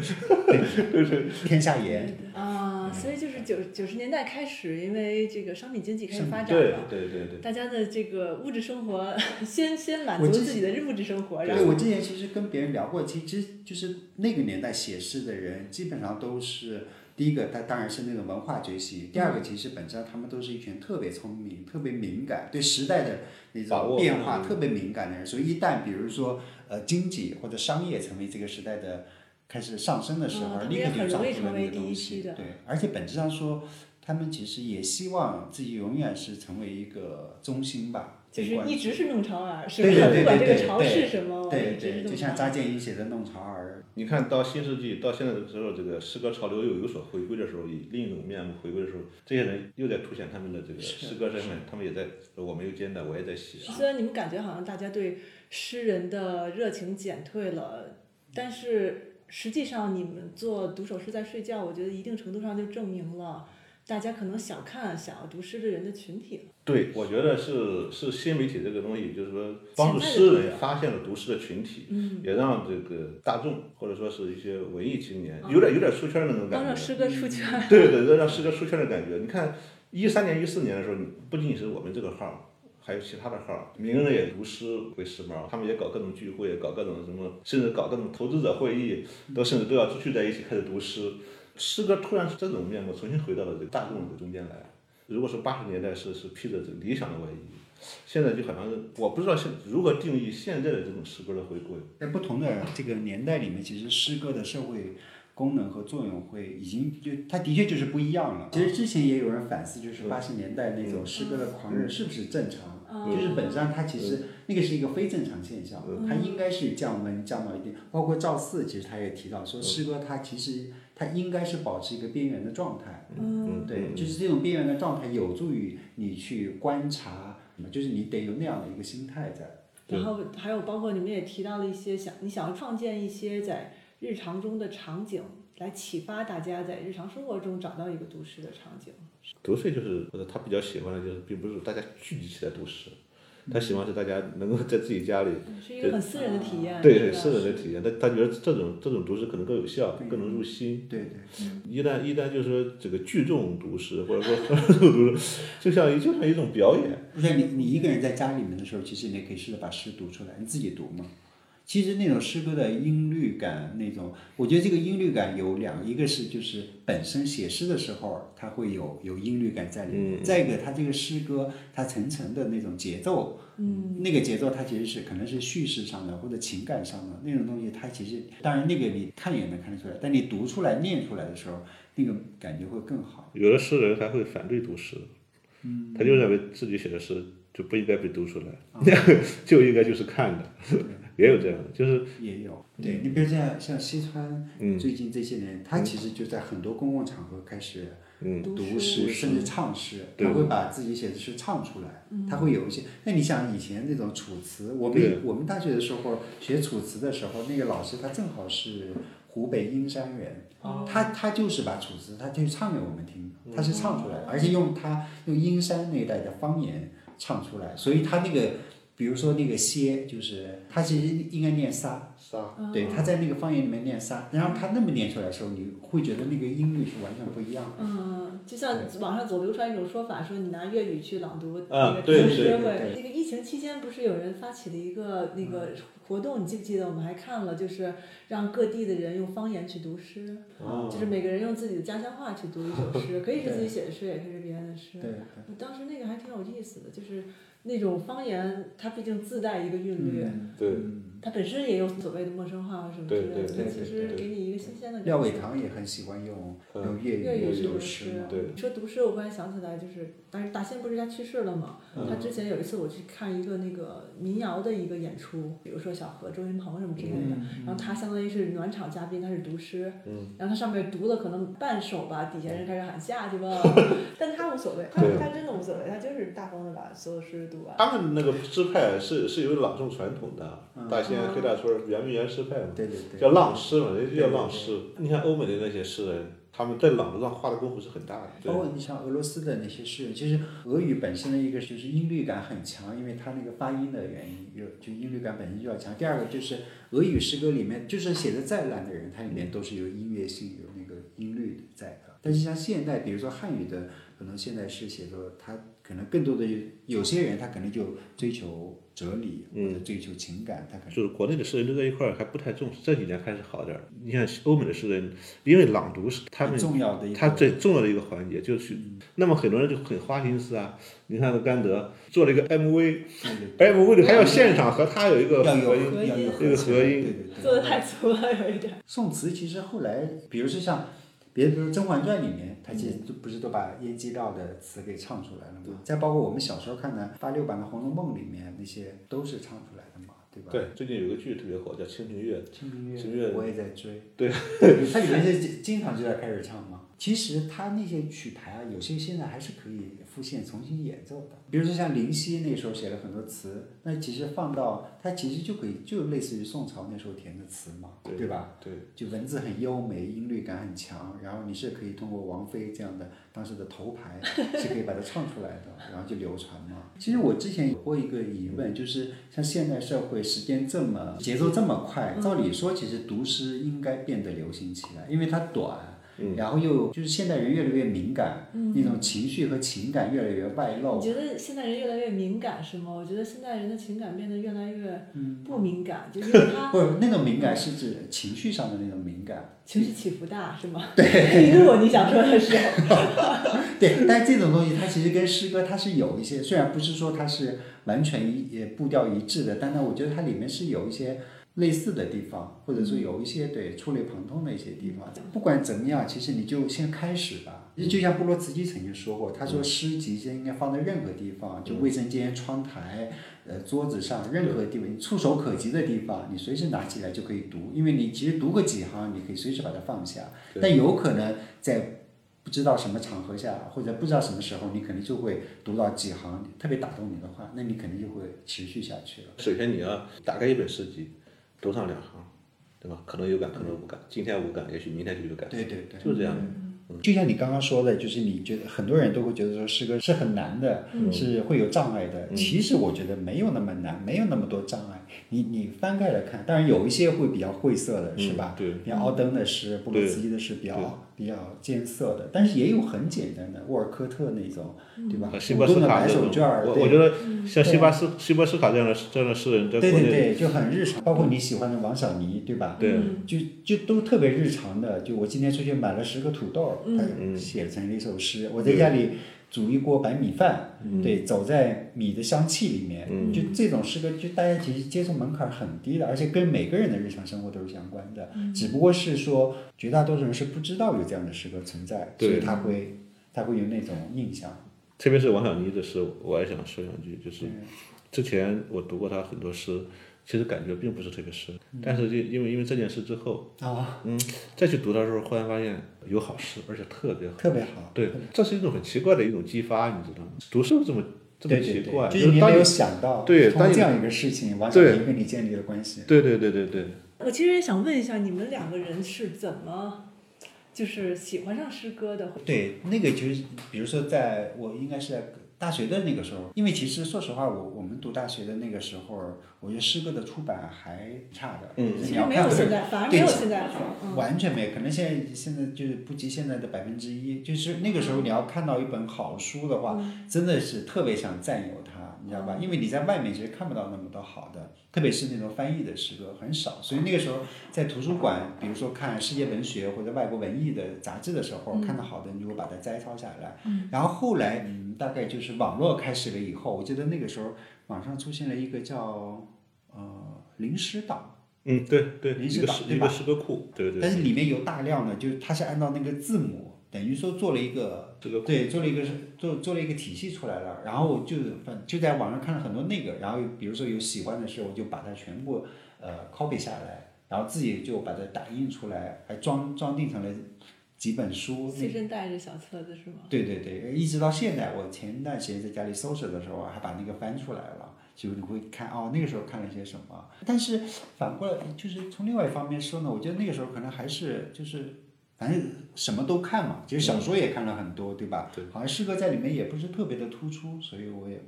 Speaker 4: 天下盐。
Speaker 3: 啊，所以就是九九十年代开始，因为这个商品经济开始发展
Speaker 5: 对
Speaker 3: 了，
Speaker 5: 对对对。
Speaker 3: 大家的这个物质生活 先先满
Speaker 4: 我
Speaker 3: 足
Speaker 4: 之前
Speaker 3: 自己的物质生活，然
Speaker 4: 对，
Speaker 3: 后
Speaker 4: 我之前其实跟别人聊过，其实就是那个年代写诗的人，基本上都是第一个，他当然是那种文化觉醒；第
Speaker 3: 嗯
Speaker 4: 二个，其实本身他们都是一群特别聪明、特别敏感，对时代的那
Speaker 5: 把
Speaker 4: 种
Speaker 5: 握
Speaker 4: 变化
Speaker 5: 嗯
Speaker 4: 特别敏感的人。所以一旦比如说呃经济或者商业成为这个时代的开始上升的时候，
Speaker 3: 嗯他们
Speaker 4: 立刻
Speaker 3: 也
Speaker 4: 就
Speaker 3: 很
Speaker 4: 抓
Speaker 3: 容易
Speaker 4: 住了
Speaker 3: 成
Speaker 4: 那
Speaker 3: 为
Speaker 4: 个
Speaker 3: 第一
Speaker 4: 东
Speaker 3: 批
Speaker 4: 西。
Speaker 3: 的
Speaker 4: 对，而且本质上说。他们其实也希望自己永远是成为一个中心吧，
Speaker 3: 就
Speaker 4: 被
Speaker 3: 是
Speaker 4: 关
Speaker 3: 一
Speaker 4: 注
Speaker 3: 直是弄潮儿，啊是吧？
Speaker 4: 对对对
Speaker 3: 不管这个
Speaker 4: 对
Speaker 3: 潮
Speaker 4: 对
Speaker 3: 是什么，我
Speaker 4: 对
Speaker 3: 一直是
Speaker 4: 对，
Speaker 3: 弄
Speaker 4: 就像
Speaker 3: 潮
Speaker 4: 扎
Speaker 3: 儿啊
Speaker 4: 建英写的《弄潮儿
Speaker 5: 你看到新世纪到现在的时候，这个诗歌潮流又有所回归的时候，以另一种面目回归的时候，这些人又在凸显他们的这个
Speaker 4: 是
Speaker 5: 诗歌身份，他们也在，我没有艰难，我也在写。啊
Speaker 3: 虽然你们感觉好像大家对诗人的热情减退了，但是实际上你们做读首诗在睡觉，我觉得一定程度上就证明了大家可能小看想要读诗的人的群体了。
Speaker 5: 对，我觉得是是新媒体这个东西，就是说帮助
Speaker 3: 潜在的
Speaker 5: 诗
Speaker 3: 力
Speaker 5: 人
Speaker 3: 量
Speaker 5: 发现了读诗的群体，
Speaker 3: 嗯，
Speaker 5: 也让这个大众或者说是一些文艺青年，有点有点出圈的那种
Speaker 3: 帮
Speaker 5: 感
Speaker 3: 让
Speaker 5: 觉。
Speaker 3: 诗歌出圈 儿。
Speaker 5: 对对对，让诗歌出圈的感觉。你看一三年、一四年的时候，你不仅仅是我们这个号儿，还有其他的号儿，名人也读诗为时髦，他们也搞各种聚会，搞各种什么，甚至搞各种投资者会议，都甚至都要聚在一起开始读诗。诗歌突然是这种面貌，重新回到了这个大众的中间来。如果说八十年代是是披着这个理想的外衣，现在就好像是我不知道现如何定义现在的这种诗歌的回归。》，
Speaker 4: 在不同的这个年代里面，其实诗歌的社会功能和作用会已经就它的确就是不一样了。其实之前也有人反思，就是八十年代那种诗歌的狂热是不是正常？
Speaker 3: 嗯
Speaker 4: 就是本质上它其实那个是一个非正常现象，它应该是降温降到一定。包括赵四其实他也提到说，诗歌它其实它应该是保持一个边缘的状态。
Speaker 5: 嗯，
Speaker 4: 对，就是这种边缘的状态有助于你去观察，就是你得有那样的一个心态在。
Speaker 3: 然后还有包括你们也提到了一些想你想要创建一些在日常中的场景，来启发大家在日常生活中找到一个读诗的场景。
Speaker 5: 读诗就是或者他比较喜欢的就是，并不是大家聚集起来读诗，他喜欢是大家能够在自己家里，
Speaker 3: 嗯是一个很私人的体
Speaker 4: 嗯
Speaker 3: 验，
Speaker 5: 对对，
Speaker 3: 吧
Speaker 5: 私人的体验，他他觉得这种这种读诗可能更有效，更能入心。
Speaker 4: 对嗯对。
Speaker 5: 一旦一旦就是说这个聚众读诗，或者说合众读诗，就像一就像一种表演。
Speaker 4: 不是你，你一个人在家里面的时候，其实你也可以试着把诗读出来，你自己读嘛。其实那种诗歌的音律感，那种我觉得这个音律感有两个，一个是就是本身写诗的时候，它会有有音律感在里面；再一个，它这个诗歌它层层的那种节奏，嗯，那个节奏它其实是可能是叙事上的或者情感上的那种东西，它其实当然那个你看也能看得出来，但你读出来念出来的时候，那个感觉会更好。
Speaker 5: 有的诗人还会反对读诗，
Speaker 4: 嗯
Speaker 5: 他就认为自己写的诗就不应该被读出来，
Speaker 4: 啊
Speaker 5: 就应该就是看的， 也有这样的，就是
Speaker 4: 也有，对你比如像像西川，最近这些年，他其实就在很多公共场合开始读诗，嗯甚至唱诗，他会把自己写的诗唱出来，他会有一些。那你想以前那种楚辞，我们我们大学的时候学楚辞的时候，那个老师他正好是湖北阴山人，他他就是把楚辞他就唱给我们听，他是唱出来的，而且用他用阴山那一带的方言唱出来，所以他那个比如说那个蝎，就是它其实应该念撒，
Speaker 5: 撒
Speaker 4: 对，它在那个方言里面念撒，然后它那么念出来的时候，你会觉得那个音律是完全不一样的。
Speaker 3: 嗯，就像网上总流传一种说法，说你拿粤语去朗读那
Speaker 5: 啊
Speaker 3: 个
Speaker 5: 对
Speaker 3: 同学
Speaker 5: 对嗯
Speaker 3: 会。那
Speaker 4: 对
Speaker 3: 个疫情期间不是有人发起了一个那个活动，你记不记得？我们还看了，就是让各地的人用方言去读诗，
Speaker 5: 哦
Speaker 3: 就是每个人用自己的家乡话去读一首诗，可以是自己写的诗，也可以是别人的诗。
Speaker 4: 对，
Speaker 3: 我当时那个还挺有意思的，就是那种方言，它毕竟自带一个韵律，
Speaker 4: 嗯，
Speaker 5: 对
Speaker 4: 嗯
Speaker 3: 它本身也有所谓的陌生化或什么之
Speaker 5: 对
Speaker 3: 类的，
Speaker 5: 对
Speaker 3: 它
Speaker 4: 对
Speaker 3: 其
Speaker 4: 对
Speaker 3: 实
Speaker 5: 对
Speaker 3: 给你一个新鲜的感觉。
Speaker 4: 廖伟棠也很喜欢用
Speaker 5: 嗯
Speaker 4: 用粤
Speaker 3: 粤语
Speaker 4: 语
Speaker 3: 是
Speaker 4: 读
Speaker 3: 读
Speaker 4: 诗
Speaker 3: 诗
Speaker 4: 嘛，，
Speaker 5: 对
Speaker 3: 你说读诗，我忽然想起来，就是，但是大仙不是他去世了吗？
Speaker 5: 嗯
Speaker 3: 他之前有一次我去看一个那个民谣的一个演出，比如说小何、周云鹏什么之类的，然后他相当于是暖场嘉宾，他是读诗，
Speaker 5: 嗯
Speaker 3: 然后他上面读了可能半首吧，底下人开始喊下 去吧，但他无所谓，他
Speaker 5: 对啊
Speaker 3: 他真的无所谓，他就是大方的把所有诗读完。
Speaker 5: 他们那个诗派是是有朗诵传统的，大仙、黑大村、圆明园诗派嘛，
Speaker 4: 嗯对对对，
Speaker 5: 叫浪诗嘛，人家就叫浪诗。你看欧美的那些诗人，他们在朗读上花的功夫是很大的。对
Speaker 4: 包括你像俄罗斯的那些诗人，其实俄语本身的一个就是音律感很强，因为它那个发音的原因，有就音律感本身就要强。第二个就是俄语诗歌里面，就是写的再烂的人，它里面都是有音乐性、有那个音律在的。但是像现代，比如说汉语的，可能现代诗写作，它可能更多的有有些人他可能就追求哲理或者追求情感，他可能
Speaker 5: 嗯就是国内的诗人都在一块儿还不太重视，这几年开始好点儿。你看欧美的诗人，因为朗读是他们
Speaker 4: 很重要的一个嗯
Speaker 5: 他最重要的一个环节，就是那么很多人就很花心思啊。你看甘德做了一个 MV，MV 里还要现场和他有一个
Speaker 4: 嗯要
Speaker 5: 合
Speaker 4: 有
Speaker 5: 音，
Speaker 4: 要有
Speaker 5: 这个
Speaker 4: 合
Speaker 5: 合
Speaker 4: 音
Speaker 5: 音
Speaker 4: 对对对
Speaker 3: 做的太足了，有一点。
Speaker 4: 宋词其实后来，比如说像，别比如《甄嬛传》里面，它其实都不是都把燕姬绕的词给唱出来了嘛？再包括我们小时候看的八六版的《红楼梦》里面，那些都是唱出来的嘛，对吧？
Speaker 5: 对，最近有个剧特别火，叫《清平乐》，
Speaker 4: 清明
Speaker 5: 清明月
Speaker 4: 我也在追。
Speaker 5: 对，
Speaker 4: 它里面是经常就在开始唱嘛。其实它那些曲牌啊，有些现在还是可以复现重新演奏的。比如说像林夕那时候写了很多词，那其实放到它其实就可以，就类似于宋朝那时候填的词嘛，
Speaker 5: 对
Speaker 4: 对吧？
Speaker 5: 对，
Speaker 4: 就文字很优美，音律感很强，然后你是可以通过王菲这样的当时的头牌 是可以把它唱出来的，然后就流传嘛。其实我之前有过一个疑问，就是像现代社会时间这么节奏这么快，照理说其实读诗应该变得流行起来，因为它短。然后又就是现代人越来越敏感，那种情绪和情感越来越外露
Speaker 5: 哦
Speaker 3: 你，觉得现代人越来越敏感是吗？我觉得现代人的情感变得越来越
Speaker 5: 嗯
Speaker 3: 不敏感，就是因为 他
Speaker 4: 不，那种敏感是指情绪上的那种敏感，
Speaker 3: 情绪起伏大是吗？对，如果你想说的是，
Speaker 4: 对，但这种东西它其实跟诗歌它是有一些，虽然不是说它是完全一也步调一致的，但呢，我觉得它里面是有一些类似的地方，或者说有一些对触类旁通的一些地方。不管怎么样，其实你就先开始吧。就像波罗茨基曾经说过，他说诗集先应该放在任何地方，就卫生间、窗台、呃桌子上任何地方，你触手可及的地方，你随时拿起来就可以读，因为你其实读个几行，你可以随时把它放下。但有可能在不知道什么场合下，或者不知道什么时候，你可能就会读到几行特别打动你的话，那你肯定就会持续下去了。
Speaker 5: 首先你要打开一本诗集，读上两行，对吧？可能有感，可能无感，今天无感，也许明天就有感，
Speaker 4: 对对对，
Speaker 5: 就是这样。
Speaker 4: 就像你刚刚说的，就是你觉得很多人都会觉得说诗歌是很难的，
Speaker 5: 嗯
Speaker 4: 是会有障碍的。其实我觉得没有那么难，没有那么多障碍。你你翻开来看，当然有一些会比较晦涩的，是吧？
Speaker 5: 嗯对
Speaker 4: 比较奥登的诗、布鲁茨基的诗比较比较艰涩的，但是也有很简单的，沃尔科特那种，对吧？
Speaker 5: 和嗯啊希波
Speaker 4: 动
Speaker 5: 斯
Speaker 4: 的
Speaker 5: 卡
Speaker 4: 白
Speaker 5: 这
Speaker 4: 手
Speaker 5: 种，
Speaker 4: 绢儿，
Speaker 5: 我
Speaker 4: 对
Speaker 5: 我觉得像希巴斯希波斯卡这样的这样的诗人，在
Speaker 4: 对
Speaker 5: 国
Speaker 4: 对
Speaker 5: 内
Speaker 4: 对，就很日常，包括你喜欢的王小妮，对嗯吧？
Speaker 5: 对
Speaker 3: 嗯
Speaker 4: 就就都特别日常的，就我今天出去买了十个土豆，
Speaker 5: 嗯
Speaker 4: 他写成了一首诗。我在家里煮一锅白米饭，
Speaker 5: 嗯
Speaker 4: 对，走在米的香气里面，就这种诗歌，就大家其实接受门槛很低的，而且跟每个人的日常生活都是相关的，只不过是说绝大多数人是不知道有这样的诗歌存在，所
Speaker 5: 对
Speaker 4: 以他会他会有那种印象。
Speaker 5: 特别是王小妮的诗，我也想说两句，就是之前我读过她很多诗，其实感觉并不是特别深，但是就因为因为这件事之后，
Speaker 4: 嗯啊，
Speaker 5: 嗯，再去读的时候，忽然发现有好诗，而且特别好。
Speaker 4: 特别好。
Speaker 5: 对，这是一种很奇怪的一种激发，你知道吗？读诗这么这么
Speaker 4: 对
Speaker 5: 奇
Speaker 4: 对
Speaker 5: 怪，
Speaker 4: 对，就是你
Speaker 5: 当
Speaker 4: 没
Speaker 5: 你
Speaker 4: 有想到，
Speaker 5: 对
Speaker 4: 通过
Speaker 5: 当你
Speaker 4: 这样一个事情，王小
Speaker 5: 对
Speaker 4: 妮跟你建立了关系。
Speaker 5: 对对对对对，
Speaker 3: 我其实也想问一下，你们两个人是怎么就是喜欢上诗歌的？
Speaker 4: 对，那个就是，比如说在，我应该是在大学的那个时候，因为其实说实话，我我们读大学的那个时候，我觉得诗歌的出版还差的，嗯
Speaker 3: 其实没有现在，反而没有现在好。嗯
Speaker 4: 完全没有，可能现在现在就是不及现在的百分之一。就是那个时候你要看到一本好书的话，真的是特别想占有它，你知道吧？因为你在外面其实看不到那么多好的，特别是那种翻译的诗歌很少。所以那个时候在图书馆，比如说看世界文学或者外国文艺的杂志的时候，看到好的，你如果把它摘抄下来，然后后来嗯，大概就是网络开始了以后，我记得那个时候网上出现了一个叫呃灵诗岛。
Speaker 5: 嗯，对对，
Speaker 4: 临
Speaker 5: 一
Speaker 4: 时
Speaker 5: 个
Speaker 4: 党
Speaker 5: 诗
Speaker 4: 对
Speaker 5: 一个
Speaker 4: 吧
Speaker 5: 诗歌库，对对
Speaker 4: 但
Speaker 5: 对，
Speaker 4: 是里面有大量的，就是它是按照那个字母，等于说做了一个，
Speaker 5: 这个
Speaker 4: 对，做了一个做做了一个体系出来了。然后我就反就在网上看了很多那个，然后比如说有喜欢的诗，我就把它全部呃 copy 下来，然后自己就把它打印出来，还装装订成了几本书。那
Speaker 3: 随身带着小册子是吗？
Speaker 4: 对对对，一直到现在，我前段时间在家里收拾的时候啊，还把那个翻出来了，就你会看哦，那个时候看了些什么。但是反过来，就是从另外一方面说呢，我觉得那个时候可能还是就是。反正什么都看嘛，其实小说也看了很多，对吧？
Speaker 5: 对
Speaker 4: 好像诗歌在里面也不是特别的突出，所以我也，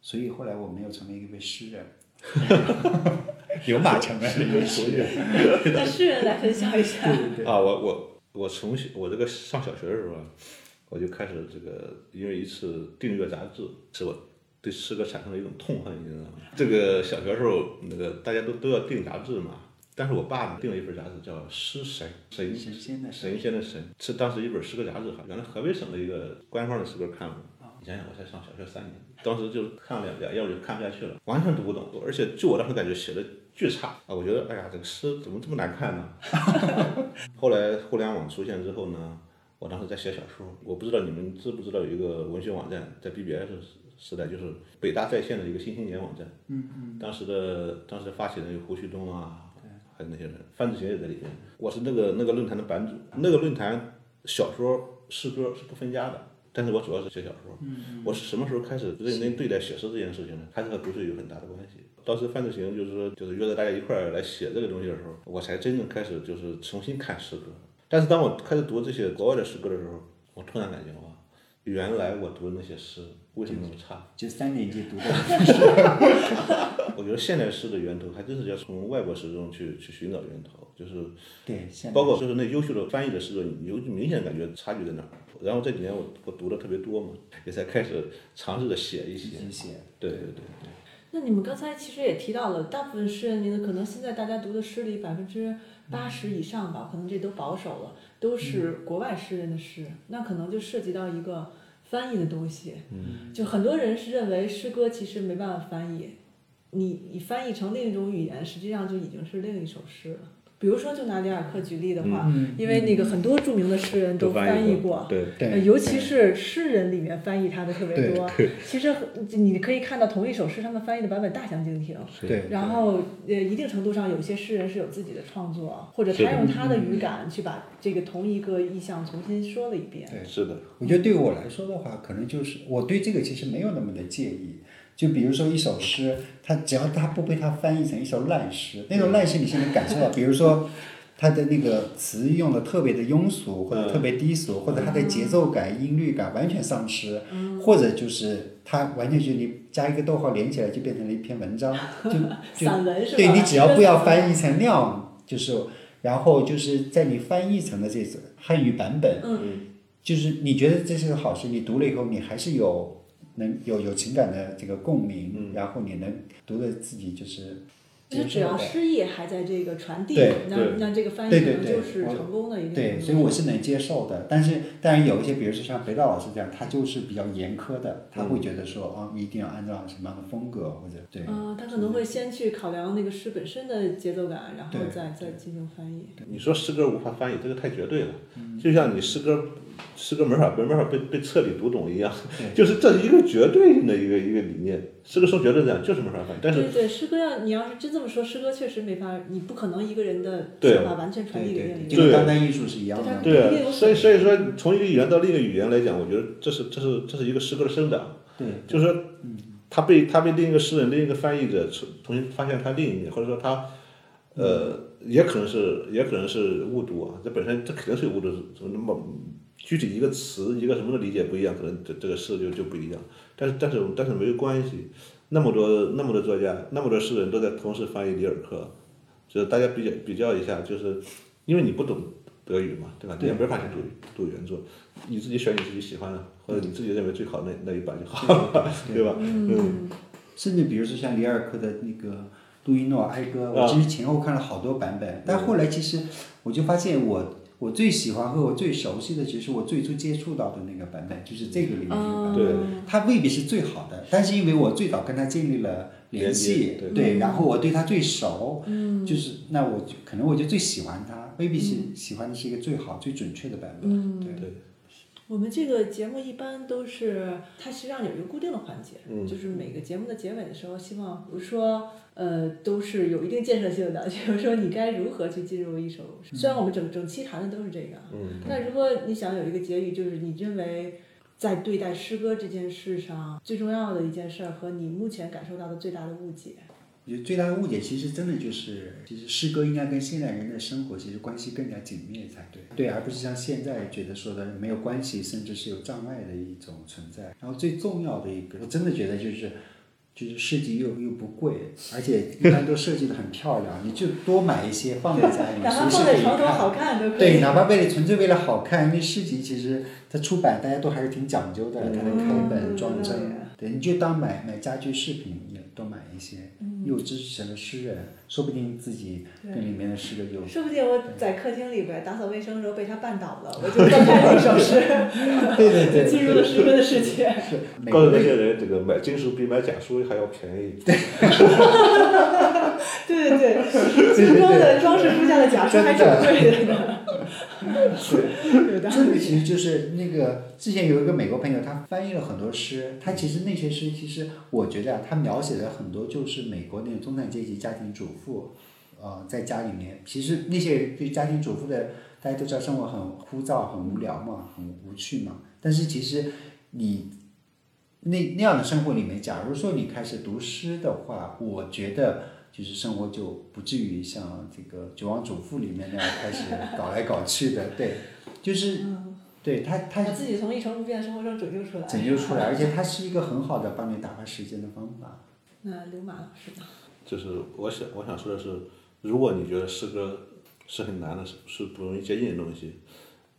Speaker 4: 所以后来我没有成为一位诗人， 有马成为了一位诗人。
Speaker 3: 那诗人来分享一下。
Speaker 5: 啊，我我我从小我这个上小学的时候啊，我就开始这个因为一次订阅杂志，使我对诗歌产生了一种痛恨，你知道吗？这个小学时候那个大家都都要订杂志嘛，但是我爸呢订了一本杂志叫《诗神》，神
Speaker 4: 神仙的神
Speaker 5: 神仙的神，是当时一本诗歌杂志，原来河北省的一个官方的诗歌刊物。你想想，我才上小学三年，当时就看了两两页我就看不下去了，完全读不懂，而且就我当时感觉写的巨差啊！我觉得，哎呀，这个诗怎么这么难看呢？ 后来互联网出现之后呢，我当时在写小说，我不知道你们知不知道有一个文学网站，在 BBS 时代就是北大在线的一个新青年网站，嗯嗯，当时的当时的发起人有胡旭东啊，还有那些人，范志贤也在里面，我是那个那个论坛的版主，那个论坛小说诗歌是不分家的。但是我主要是写小说，我是什么时候开始认真对待写诗这件事情呢？还是和读书有很大的关系。当时范志行就是说，就是约着大家一块儿来写这个东西的时候，我才真正开始就是重新看诗歌。但是当我开始读这些国外的诗歌的时候，我突然感觉哇，原来我读的那些诗为什么那么差？
Speaker 4: 就三年级读的，
Speaker 5: 我觉得现代诗的源头还真是要从外国诗中去去寻找源头，就是
Speaker 4: 对，现在
Speaker 5: 包括就是那优秀的翻译的诗作，你就明显感觉差距在哪儿。然后这几年我我读的特别多嘛，也才开始尝试着写一些
Speaker 4: 自。己写，
Speaker 5: 对对对对。
Speaker 3: 那你们刚才其实也提到了，大部分诗人名字可能现在大家读的诗里百分之八十以上吧，可能这都保守了，都是国外诗人的诗，那可能就涉及到一个翻译的东西。嗯，就很多人是认为诗歌其实没办法翻译，你你翻译成另一种语言，实际上就已经是另一首诗了。比如说，就拿里尔克举例的话，因为那个很多著名的诗嗯人都翻译过，
Speaker 5: 对
Speaker 4: 对
Speaker 3: 呃尤其是诗人里面翻译他的特别多。其实很你可以看到同一首诗，他们翻译的版本大相径庭。
Speaker 4: 对，
Speaker 3: 然后，呃，一定程度上，有些诗人是有自己的创作，或者他用他的
Speaker 4: 嗯
Speaker 3: 语感去把这个同一个意象重新说了一遍。
Speaker 4: 对
Speaker 5: 是的，
Speaker 4: 我觉得对我来说的话，可能就是我对这个其实没有那么的介意。就比如说一首诗，它只要它不被它翻译成一首烂诗，那种烂诗你是能感受到，比如说它的那个词用的特别的庸俗，或者特别低俗，或者它的节奏感、音律感完全丧失，或者就是它完全就你加一个逗号连起来就变成了一篇文章，就就
Speaker 3: 散文是吧？
Speaker 4: 对你只要不要翻译成那样，就是，然后就是在你翻译成的这种汉语版本，
Speaker 3: 嗯
Speaker 4: 就是你觉得这是个好事，你读了以后，你还是有能有有情感的这个共鸣，然后你能读的自己就是
Speaker 3: 就
Speaker 4: 接
Speaker 3: 是只
Speaker 4: 受
Speaker 3: 要
Speaker 4: 的。
Speaker 3: 诗意还在这个传递
Speaker 4: 对，
Speaker 3: 那
Speaker 5: 对
Speaker 3: 那这个翻译
Speaker 4: 对
Speaker 3: 可
Speaker 4: 对
Speaker 3: 能
Speaker 4: 对
Speaker 3: 就是
Speaker 4: 我
Speaker 3: 成功的一定程度。
Speaker 4: 对，所以我是能接受的，但是当然有一些，比如说像北岛老师这样，他就是比较严苛的，他会觉得说啊、一定要按照什么样的风格或者对，
Speaker 3: 嗯，他可能会先去考量那个诗本身的节奏感，然后
Speaker 4: 对
Speaker 3: 再再进行翻译。
Speaker 5: 你说诗歌无法翻译，这个太绝对了。
Speaker 3: 嗯
Speaker 5: 就像你诗歌，诗歌没法没法被被彻底读懂一样， 就是这是一个绝对性的一个一个理念。诗歌说绝对这样，就是没法翻译。但是
Speaker 3: 对对，诗歌要你要是真这么说，诗歌确实没法，你不可能一个人的
Speaker 5: 对
Speaker 3: 想法完全传
Speaker 4: 对
Speaker 3: 递给另
Speaker 4: 对
Speaker 3: 一个
Speaker 4: 对，就
Speaker 3: 人。
Speaker 4: 跟当代艺术是一样
Speaker 3: 对
Speaker 4: 的
Speaker 3: 它。
Speaker 5: 对
Speaker 3: 一定有
Speaker 5: 啊，所以所以说，从一个语言到另一个语言来讲，我觉得这是这是这是一个诗歌的生长。
Speaker 4: 对，嗯
Speaker 5: 就是说，他被他被另一个诗人、另一个翻译者重重新发现他另一面，或者说他，
Speaker 4: 嗯
Speaker 5: 呃，也可能是也可能是误读啊，这本身这肯定是有误读，怎么具体一个词一个什么的理解不一样，可能这这个事就就不一样。但是但是但是没有关系，那么多那么多作家，那么多诗人都在同时翻译里尔克，就是大家比较比较一下，就是因为你不懂德语嘛，对吧？你也没法去读读原作，你自己选你自己喜欢的，或者你自己认为最好的那那一版就好了， 对吧？嗯，
Speaker 4: 甚至比如说像里尔克的那个《杜伊诺哀歌》，
Speaker 5: 啊
Speaker 4: 我其实前后看了好多版本，
Speaker 5: 嗯
Speaker 4: 但后来其实我就发现我。我最喜欢和我最熟悉的，其实我最初接触到的那个版本，就是这个里面那个版本，
Speaker 5: 对
Speaker 4: 它未必是最好的，但是因为我最早跟他建立了联系
Speaker 5: 连接，对
Speaker 4: 然后我对他最熟，就是那我就可能我就最喜欢他，未必是喜欢的是一个最好、最准确的版本，对。
Speaker 5: 对。
Speaker 3: 我们这个节目一般都是，它实际上有一个固定的环节，
Speaker 4: 嗯
Speaker 3: 就是每个节目的结尾的时候，希望比如说，呃，都是有一定建设性的， 比如说你该如何去进入一首，虽然我们整整期谈的都是这个，嗯，但如果你想有一个结语，就是你认为在对待诗歌这件事上最重要的一件事儿和你目前感受到的最大的误解，
Speaker 4: 我觉得最大的误解其实真的就是，其实诗歌应该跟现代人的生活其实关系更加紧密才对，对，而不是像现在觉得说的没有关系，甚至是有障碍的一种存在。然后最重要的一个，我真的觉得就是。就是设计又又不贵，而且一般都设计的很漂亮，你就多买一些放在家里，
Speaker 3: 哪怕放
Speaker 4: 随时可
Speaker 3: 在
Speaker 4: 以
Speaker 3: 床头
Speaker 4: 看。
Speaker 3: 好看都可以
Speaker 4: 对，。哪怕为了纯粹为了好看，因为市集其实它出版大家都还是挺讲究的，它的开本装帧，对，你就当买买家居饰品也多买一些，又支持了诗人，说不定自己跟里面的诗歌有。
Speaker 3: 说不定我在客厅里边打扫卫生的时候被他绊倒了，我就翻开了一首诗，
Speaker 4: 对对对，
Speaker 3: 进入了诗歌的世界。
Speaker 4: 是美
Speaker 5: 告诉
Speaker 4: 国
Speaker 5: 那些人，这个买金属比买假书还要便宜。
Speaker 3: 对对对，精装的装饰书架的假书还挺贵的 呢。有道
Speaker 4: 这个
Speaker 3: 理。
Speaker 4: 其实就是那个之前有一个美国朋友，他翻译了很多诗，他其实那些诗，其实我觉得啊，他描写的很多就是美国那种中产阶级家庭主妇，呃，在家里面，其实那些对家庭主妇的，大家都知道生活很枯燥、很无聊嘛，很无趣嘛，但是其实你。那那样的生活里面，假如说你开始读诗的话，我觉得就是生活就不至于像这个《绝望主妇》里面那样开始搞来搞去 的，对，就是
Speaker 5: 嗯
Speaker 4: 对他，他
Speaker 3: 把自己从一成不变的生活中拯救出来。
Speaker 4: 拯救出来，而且它是一个很好的帮你打发时间的方法。
Speaker 3: 那刘马老师呢？
Speaker 5: 就是我想我想说的是，如果你觉得诗歌是很难的，是是不容易接近的东西，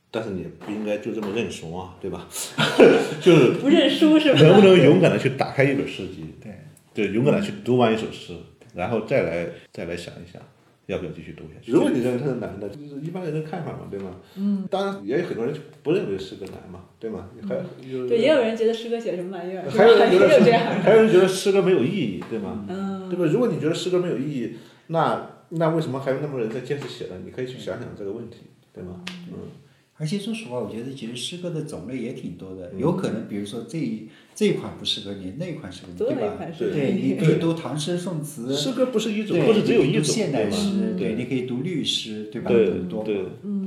Speaker 5: 但是你也不应该就这么认怂啊，对吧？ 就是
Speaker 3: 不认输是吧？
Speaker 5: 能不能勇敢的去打开一本诗集，
Speaker 4: 对，
Speaker 5: 对，勇敢的去读完一首诗，然后再来再来想一想，要不要继续读下去？如果你认为它是难的，就是一般人的看法嘛，对吗？嗯，当然也有很多人就不认为诗歌难嘛，对吗？还有
Speaker 3: 对，也有人觉得诗歌写什么玩意儿，是吧
Speaker 5: 还有人
Speaker 3: 也
Speaker 5: 觉得
Speaker 3: 有
Speaker 5: 诗
Speaker 3: 这样的。
Speaker 5: 还有人觉得诗歌没有意义，对吗？对吧？如果你觉得诗歌没有意义，那那为什么还有那么多人在坚持写呢？你可以去想想这个问题，对吗？嗯，
Speaker 4: 而且说实话，我觉得其实诗歌的种类也挺多
Speaker 5: 嗯
Speaker 4: 的，有可能比如说这一这一款不适合你，那一款适合你，
Speaker 3: 总有
Speaker 4: 对
Speaker 3: 一
Speaker 4: 吧
Speaker 3: 款？是
Speaker 5: 对
Speaker 4: 对，你可以读唐诗宋词，
Speaker 5: 诗歌不是一种，
Speaker 4: 嗯对
Speaker 5: 不是只有一
Speaker 4: 你可以读
Speaker 5: 种，
Speaker 4: 现
Speaker 5: 对
Speaker 4: 代
Speaker 5: 吗？
Speaker 4: 诗，
Speaker 5: 对
Speaker 4: 对，你可以读律诗，对吧？
Speaker 5: 对
Speaker 4: 很多嘛
Speaker 5: 对，
Speaker 3: 嗯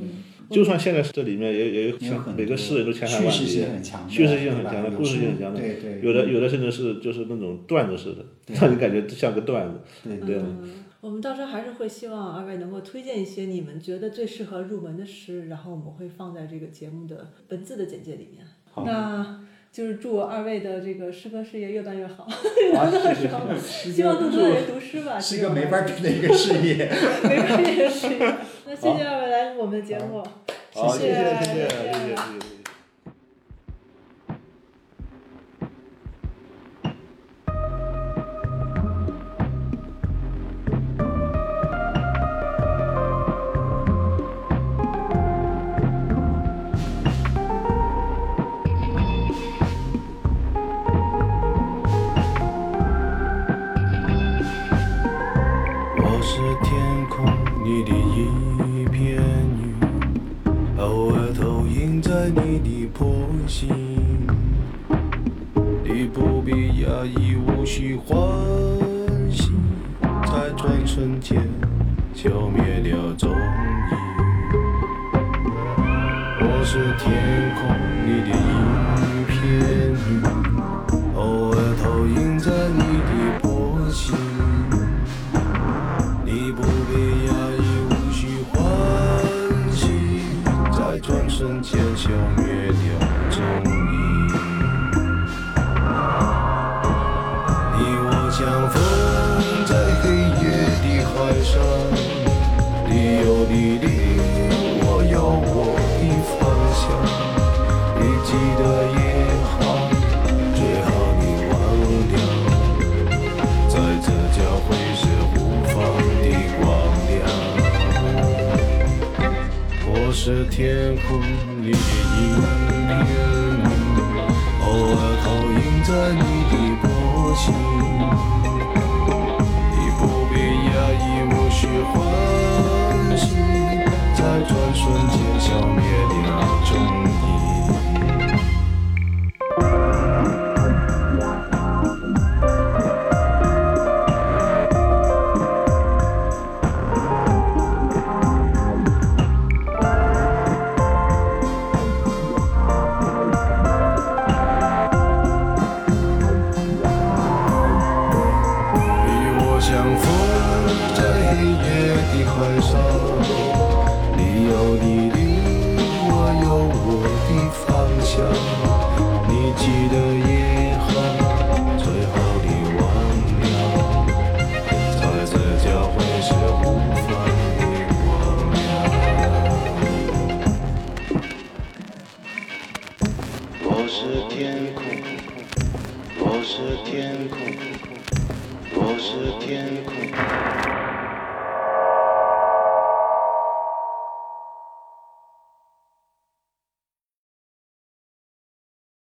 Speaker 5: 就算现在这里面也也有
Speaker 4: 也有很
Speaker 5: 每个
Speaker 4: 多
Speaker 5: 诗人都千差万
Speaker 4: 叙事
Speaker 5: 别
Speaker 4: 性很强，的
Speaker 5: 叙事性很
Speaker 4: 对吧
Speaker 5: 强的，
Speaker 4: 有
Speaker 5: 故事性
Speaker 4: 书
Speaker 5: 很强的，
Speaker 4: 对对
Speaker 5: 有的有的甚至是就是那种段子似的，让你感觉像个段子，
Speaker 4: 对
Speaker 5: 对吧？
Speaker 3: 我们到时候还是会希望二位能够推荐一些你们觉得最适合入门的诗，然后我们会放在这个节目的文字的简介里面。那就是祝二位的这个诗歌事业越办越好，越
Speaker 4: 啊
Speaker 3: 办越
Speaker 4: 是
Speaker 3: 好，
Speaker 4: 是
Speaker 3: 希望更多的人读诗吧。
Speaker 4: 是一个没法比的一个事业。
Speaker 3: 没法儿也是。那谢谢二位来我们的节目。
Speaker 5: 好，
Speaker 3: 谢谢
Speaker 5: 谢谢谢谢
Speaker 3: 谢谢
Speaker 5: 谢谢。
Speaker 6: 我是天空你的一片云，偶尔投影在你的波心。你不必压抑，无需欢喜，在转瞬间消灭了踪影。我是天空你的一片云，偶尔投影在你的波心。你不必压抑，无需欢喜，在转瞬瞬间消灭掉踪影。你我像风在黑夜的海上，你有你的，我有我的方向。你记得也好，最好你忘掉。在这交汇时无放的光亮。我是天空里的一片云，偶尔投影在你的波心。你不必压抑，无需欢喜，在转瞬间消灭掉踪影。你我像风在黑夜的海上，你有你的，我有我的方向。你记得也好，最好你忘了，才知交会是无法的光亮。我是天空，我是天空。我是天空，